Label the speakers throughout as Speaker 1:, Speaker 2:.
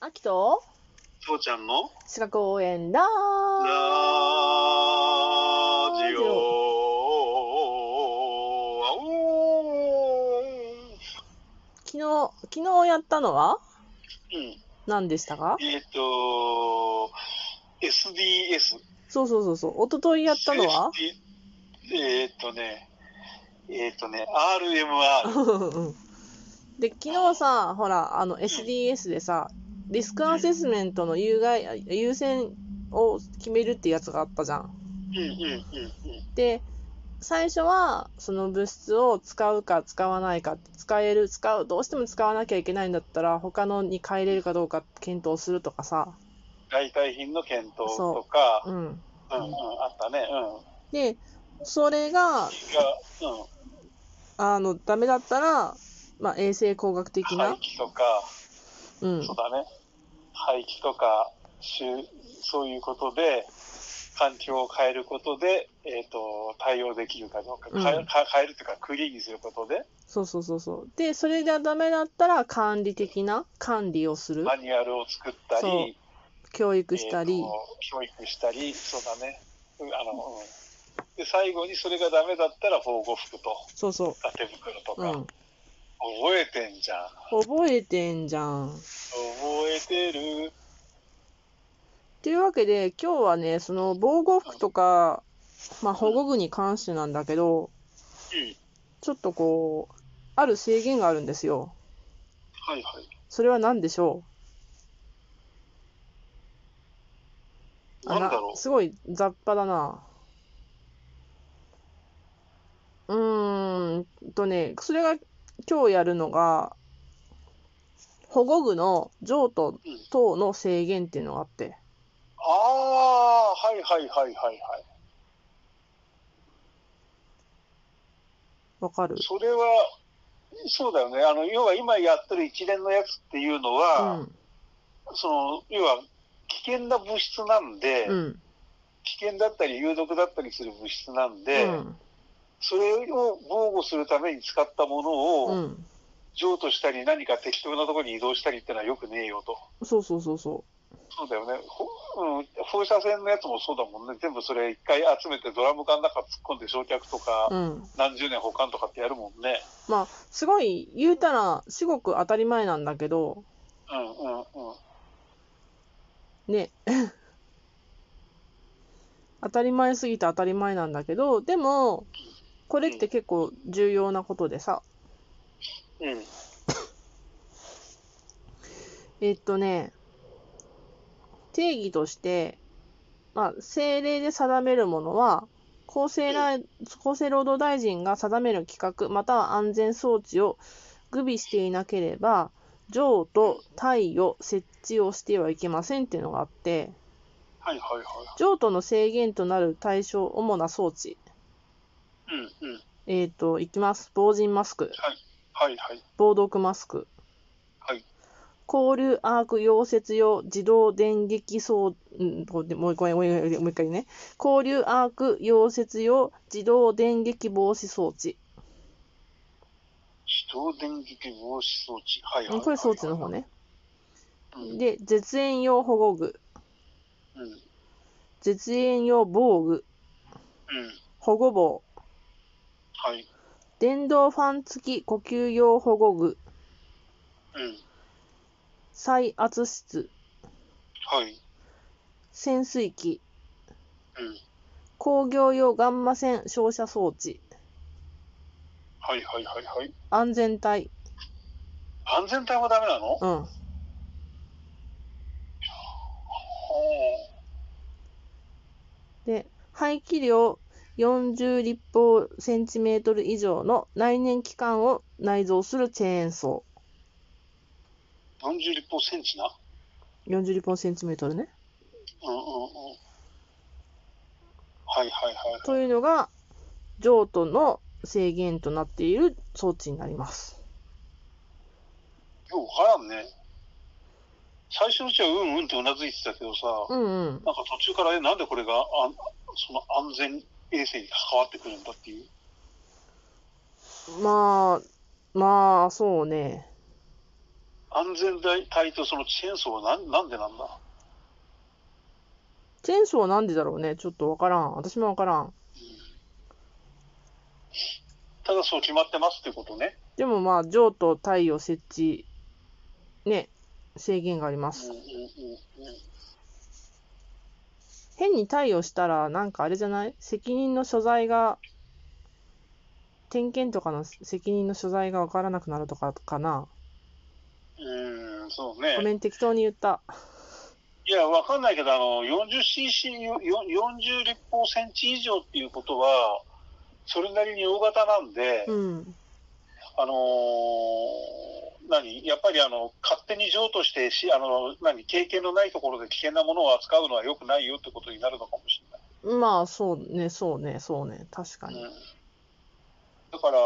Speaker 1: 秋と
Speaker 2: 父ちゃんの
Speaker 1: 歯科公園ラ
Speaker 2: ラジオ。
Speaker 1: 昨日、昨日やったのは
Speaker 2: うん、
Speaker 1: 何でしたか
Speaker 2: えっ、と、SDS。
Speaker 1: そうそうそうそう。一昨日やったのは
Speaker 2: えっ、とね、えっ、とね、RMR。
Speaker 1: うん で、昨日さ、ほら、あの SDS でさ、リスクアセスメントの有害あ優先を決めるってやつがあったじゃん。
Speaker 2: うんうんうんうん。
Speaker 1: で、最初はその物質を使うか使わないかって使える使うどうしても使わなきゃいけないんだったら他のに変えれるかどうか検討するとかさ、
Speaker 2: 代替品の検討とか、
Speaker 1: うん、
Speaker 2: うんうん、あったね。うん。
Speaker 1: で、それが、
Speaker 2: が、うん。
Speaker 1: あの、ダメだったら、まあ、衛生工学的な、
Speaker 2: 廃棄とか、
Speaker 1: うん
Speaker 2: そう、だね、廃棄とか、しゅそういうことで、環境を変えることで、えっと対応できるかどうか、
Speaker 1: うん
Speaker 2: 変えか変えるというか、クリーンにすることで、
Speaker 1: そうそうそうそう。で、それがダメだったら、管理的な管理をする、
Speaker 2: マニュアルを作った
Speaker 1: そう
Speaker 2: り、
Speaker 1: 教育した
Speaker 2: え
Speaker 1: り
Speaker 2: ー、と教育したり、そうだね、うんあのうんで最後にそれがダメだったら、防護服と、
Speaker 1: そうそ
Speaker 2: 手袋と
Speaker 1: う、
Speaker 2: か、
Speaker 1: うん。
Speaker 2: 覚えてんじゃん、
Speaker 1: 覚えてんじゃん。
Speaker 2: 覚えてる、
Speaker 1: というわけで、今日はね、その防護服とか、まあ、保護具に関してなんだけど、
Speaker 2: うん、
Speaker 1: ちょっとこう、ある制限があるんですよ。
Speaker 2: はいはい、
Speaker 1: それは何でしょうあ
Speaker 2: なんだろう。
Speaker 1: すごい雑把だな。うーんとね、それが今日やるのが、保護具の譲渡
Speaker 2: うん
Speaker 1: 等の制限っていうのがあって、
Speaker 2: ああー、はいはいはいはいはい。
Speaker 1: わかる
Speaker 2: それは、そうだよね。あの、要は今やってる一連のやつっていうの
Speaker 1: う
Speaker 2: は、
Speaker 1: ん、
Speaker 2: その、要は危険な物質なんで、
Speaker 1: うん、
Speaker 2: 危険だったり有毒だったりする物質なん
Speaker 1: う
Speaker 2: で、
Speaker 1: ん、
Speaker 2: それを防護するために使ったも
Speaker 1: う
Speaker 2: のを
Speaker 1: ん。
Speaker 2: 譲渡したり、何か適当なところに移動したりってのはよくねえよと。
Speaker 1: そうそうそうそ
Speaker 2: そうだよね。ほうん、放射線のやつもそうだもんね。全部それ一回集めてドラム缶の中突っ込んで焼却とか、
Speaker 1: う。うん。
Speaker 2: 何十年保管とかってやるもんね。
Speaker 1: まあ、すごい、言うたら、すごく当たり前なんだけど、
Speaker 2: うんうんうん。
Speaker 1: ね 当たり前すぎて当たり前なんだけどでもこれって結構重要なことでさ
Speaker 2: うん。
Speaker 1: えっとね定義として、まあ、政令で定めるものは厚生ら厚生労働大臣が定める規格または安全装置を具備していなければ譲渡貸与設置をしてはいけませんっていうのがあって
Speaker 2: はいはいはい。
Speaker 1: 譲渡の制限となる対象主な装置
Speaker 2: うんうん。
Speaker 1: えっ、と、いきます。防塵マスク、
Speaker 2: はいはい。
Speaker 1: 防毒マスク、
Speaker 2: はい。
Speaker 1: 交流アーク溶接用自動電撃装、うんごめんもう一回、もう一回もう一回ね。交流アーク溶接用自動電撃防止装置。
Speaker 2: 自動電撃防止装置。はいはい、
Speaker 1: うんこれ装置の方。ね。
Speaker 2: うん。
Speaker 1: で、絶縁用保護具、
Speaker 2: うん。うん。
Speaker 1: 絶縁用防具、保護棒、
Speaker 2: はい。
Speaker 1: 電動ファン付き呼吸用保護具、
Speaker 2: うん。
Speaker 1: 再圧室、
Speaker 2: はい。
Speaker 1: 潜水機、
Speaker 2: うん。
Speaker 1: 工業用ガンマ線照射装置、
Speaker 2: はいはいはいはい。
Speaker 1: 安全帯、
Speaker 2: 安全帯もダメなのほう
Speaker 1: うん。で、排気量40立方センチメートル以上の内燃機関を内蔵するチェーンソ
Speaker 2: 40立方センチな。
Speaker 1: ー。40立方センチメートルね。
Speaker 2: うんうんうん。はいはいはい。
Speaker 1: というのが、譲渡の制限となっている装置になります。
Speaker 2: ようわからんね。最初のうちはうんうんってうなずいてたけどさ、
Speaker 1: うんうん。
Speaker 2: なんか途中から、え、なんでこれがあその安全衛生に関わってくるんだっていう。
Speaker 1: まあ、まあ、そうね。
Speaker 2: 安全帯とそのチェーンソーはなんなんでなんだ
Speaker 1: チェーンソーなんでだろうね。ちょっとわからん。私もわからん。
Speaker 2: ただそう決まってますってことね。
Speaker 1: でもまあ、上と体を設置、ね、制限がありま
Speaker 2: うん
Speaker 1: す
Speaker 2: うん。うんうん
Speaker 1: 変に対応したら、なんかあれじゃない責任の所在が、点検とかの責任の所在がわからなくなるとかかな。
Speaker 2: うーん、そう
Speaker 1: ご
Speaker 2: ね。
Speaker 1: めん、適当に言った。
Speaker 2: いや、わかんないけど、あの、40cc、よ40立方センチ以上っていうことは、それなりに大型なんで、
Speaker 1: うん。
Speaker 2: あのー何やっぱりあの、勝手に譲渡してし、あの、何経験のないところで危険なものを扱うのは良くないよってことになるのかもしれない。
Speaker 1: まあ、そうね、そうね、そうね。確かに。
Speaker 2: うんだから、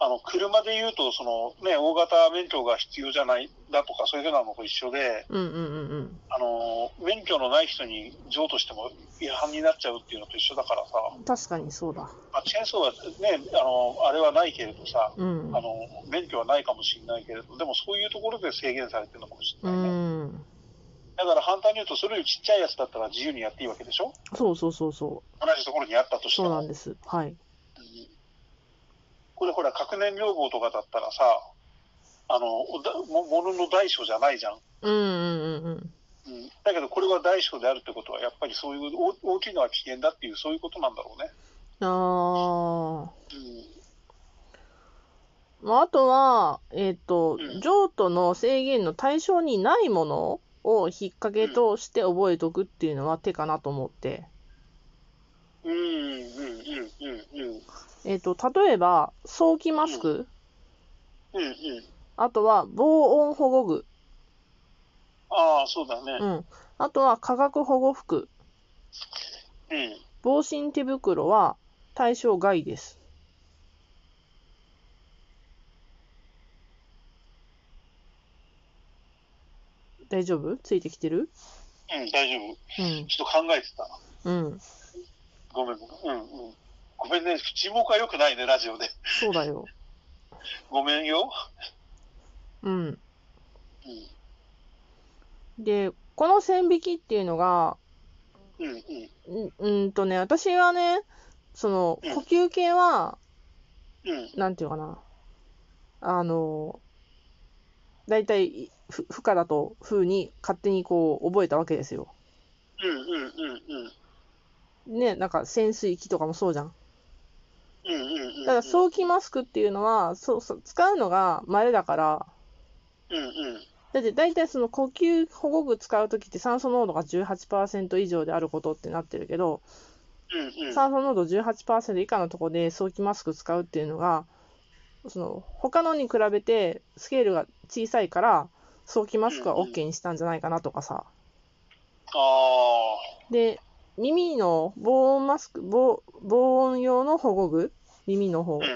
Speaker 2: あの、車で言うと、その、ね、大型免許が必要じゃないだとか、そういうのも一緒で、
Speaker 1: うんうんうんうん。
Speaker 2: あの免許のない人に譲渡しても違反になっちゃうっていうのと一緒だからさ、
Speaker 1: 確かにそうだ。
Speaker 2: まあ、チェーンソーはねあの、あれはないけれどさ、
Speaker 1: うん。
Speaker 2: あの免許はないかもしれないけれど、でもそういうところで制限されてるのかもし
Speaker 1: う
Speaker 2: れないね。
Speaker 1: ん。
Speaker 2: だから反対に言うと、それよりちっちゃいやつだったら自由にやっていいわけでしょ、
Speaker 1: そうそうそうそう。
Speaker 2: 同じところにあったとして
Speaker 1: そうな
Speaker 2: も
Speaker 1: ん。です。はい。
Speaker 2: うんこれほら、確年女房とかだったらさ、あのおだもものの大小じゃないじゃん。
Speaker 1: うんうんうんうん。
Speaker 2: うん、だけど、これは大小であるってことは、やっぱりそういう大大きいのは危険だっていう、そういうことなんだろうね。
Speaker 1: あ
Speaker 2: う
Speaker 1: ー
Speaker 2: ん
Speaker 1: まあ、あとは、えっ、と
Speaker 2: う、ん
Speaker 1: 譲渡の制限の対象にないものを引っ掛けとして覚えとくっていうのは手かなと思って。
Speaker 2: うんうんうんうんうん
Speaker 1: えっ、と、例えば、早期マスク、
Speaker 2: うんうん
Speaker 1: あとは防音保護具、
Speaker 2: ああそうだ
Speaker 1: う
Speaker 2: ね
Speaker 1: ん。あとは化学保護服、
Speaker 2: うん
Speaker 1: 防振手袋は対象外です。大丈夫ついてきてる
Speaker 2: うん大丈夫
Speaker 1: うん。
Speaker 2: ちょっと考えてた
Speaker 1: うん。
Speaker 2: ごめんごめんうんうんごめんね沈黙は良くないねラジオで
Speaker 1: そうだよ。
Speaker 2: ごめんよ
Speaker 1: うん。
Speaker 2: うん
Speaker 1: で、この線引きっていうのが、
Speaker 2: うんうん
Speaker 1: ううんとね、私はね、その
Speaker 2: うん、
Speaker 1: 呼吸系は、
Speaker 2: うん
Speaker 1: なんていうのかな。あの、だいたい、ふ負荷だと、風に勝手にこう、覚えたわけですよ。
Speaker 2: うんうんうんうん
Speaker 1: ね、なんか潜水機とかもそうじゃん。
Speaker 2: うんうんうん
Speaker 1: ただ、
Speaker 2: う
Speaker 1: 早期マスクっていうのは、そうそう使うのが稀だから、
Speaker 2: うんうん
Speaker 1: だって大体その呼吸保護具使うときって酸素濃度が18%以上であることってなってるけど、
Speaker 2: うんうん
Speaker 1: 酸素濃度18%以下のとこで早期マスク使うっていうのが、その他のに比べてスケールが小さいから、早期マスクは
Speaker 2: うんうん
Speaker 1: OK にしたんじゃないかなとかさ。
Speaker 2: あ
Speaker 1: で、耳の防音マスク、防防音用の保護具、耳の方
Speaker 2: あ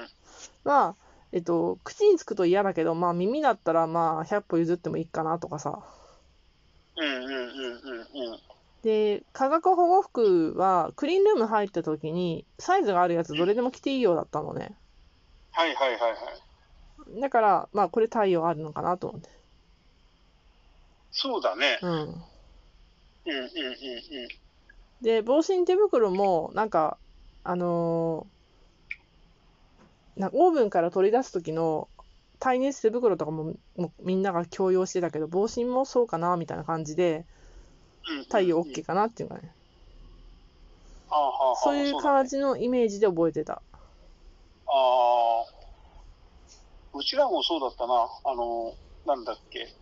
Speaker 2: うん
Speaker 1: は、えっと、口につくと嫌だけど、まあ耳だったらまあ100歩譲ってもいいかなとかさ。
Speaker 2: うんうんうんうんうん
Speaker 1: で、化学保護服は、クリーンルーム入った時に、サイズがあるやつどれでも着ていいようだったのね。
Speaker 2: はいはいはいはい
Speaker 1: だから、まあ、これ対応あるのかなと思って。
Speaker 2: そうだね
Speaker 1: うん。
Speaker 2: うんうんうんうん
Speaker 1: で、防振手袋も、なんか、あのーなオーブンから取り出す時の耐熱手袋とかももうみんなが強要してたけど、防振もそうかな、みたいな感じで、
Speaker 2: うんうん
Speaker 1: 対応 OK かなっていうかね。
Speaker 2: あーはーはー
Speaker 1: そういう
Speaker 2: だね
Speaker 1: 感じのイメージで覚えてた。
Speaker 2: ああ、うちらもそうだったな。あの、なんだっけ。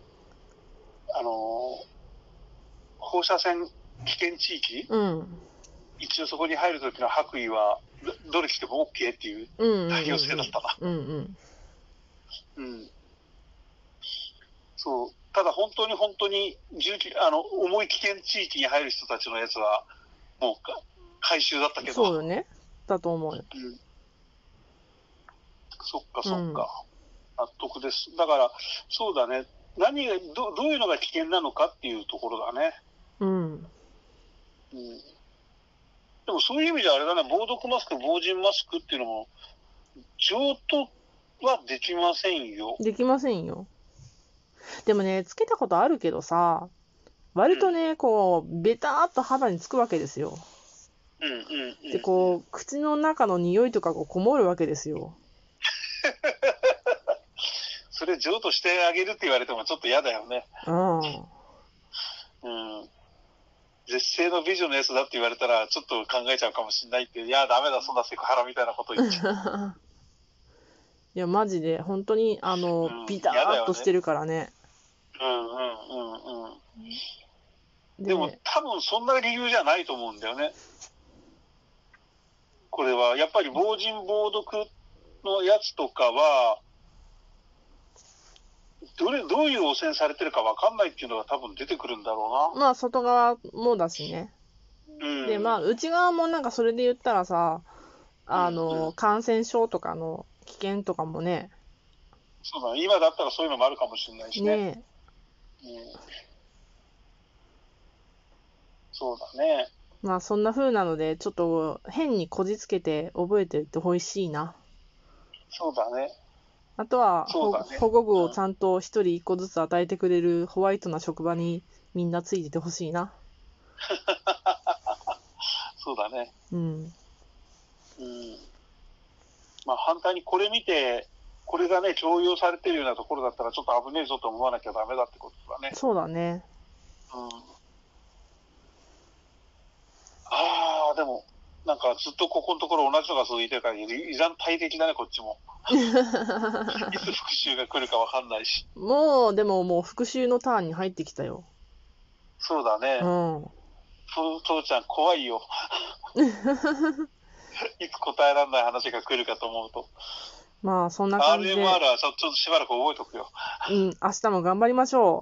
Speaker 2: あの、放射線危険地域
Speaker 1: うん。
Speaker 2: 一応そこに入るときの白衣は、どどれ着ても OK っていう
Speaker 1: うんうんうん、うん。
Speaker 2: 対応性だったな。
Speaker 1: うんうん。
Speaker 2: うん。そう。ただ本当に本当に重機、あの、重い危険地域に入る人たちのやつは、もうか、回収だったけど。
Speaker 1: そうよね。だと思うよ。
Speaker 2: うんそっかそっか、納得です。だから、そうだね、何がど、どういうのが危険なのかっていうところだね。
Speaker 1: うん。
Speaker 2: うん、でもそういう意味ではあれだね、防毒マスク、防塵マスクっていうのも、上等はできませんよ。
Speaker 1: できませんよ。でもね、つけたことあるけどさ、割とね、こう、ベターっと肌につくわけですよ。
Speaker 2: うんうんうん。
Speaker 1: で、こう、口の中の匂いとかがこもるわけですよ。
Speaker 2: それ譲渡してあげるって言われてもちょっと嫌だよね。
Speaker 1: うん。
Speaker 2: うん。絶世の美女のやつだって言われたら、ちょっと考えちゃうかもしれないって、いや、ダメだ、そんなセクハラみたいなこと言っちゃう。
Speaker 1: いや、マジで、本当に、あの
Speaker 2: うん、
Speaker 1: ビターっとしてるからね。
Speaker 2: うんうんうんうん。
Speaker 1: で
Speaker 2: でも多分そんな理由じゃないと思うんだよね。これはやっぱり防塵防毒のやつとかは、どれどういう汚染されてるかわかんないっていうのが多分出てくるんだろ
Speaker 1: まあ、外側もだしね。
Speaker 2: うな。うん、
Speaker 1: で、まあ、内側もなんかそれで言ったらさ、あの、感染症とかの危険とかもね、
Speaker 2: そうだね、今だったらそういうのもあるかもしれないしね。
Speaker 1: ね
Speaker 2: うん、そうだね。
Speaker 1: まあ、そんな風なので、ちょっと変にこじつけて覚えておいてほしいな。
Speaker 2: そうだね。
Speaker 1: あとは、
Speaker 2: そ
Speaker 1: ほ
Speaker 2: うだね
Speaker 1: 保護具をちゃんと一人一個ずつ与えてくれるホワイトな職場にみんなついててほしいな。
Speaker 2: そうだね。
Speaker 1: うん。
Speaker 2: うんまあ、反対にこれ見て、これがね、強要されてるようなところだったら、ちょっと危ねえぞと思わなきゃダメだってことだね。
Speaker 1: そうだね。
Speaker 2: うん、ああ、でも、なんかずっとここのところ同じのが続いてるから、依然体的だね、こっ ちも。いつ復讐が来るかわかんないし。
Speaker 1: もう、でももう復習のターンに入ってきたよ。
Speaker 2: そうだね
Speaker 1: う。ん。
Speaker 2: と父ちゃん怖い よ。いつ答えられない話が来るかと思うと。
Speaker 1: まあ、そんな感じ
Speaker 2: RMR
Speaker 1: で、
Speaker 2: はちょちょっとしばらく覚えとくよ。
Speaker 1: うん、明日も頑張りましょう。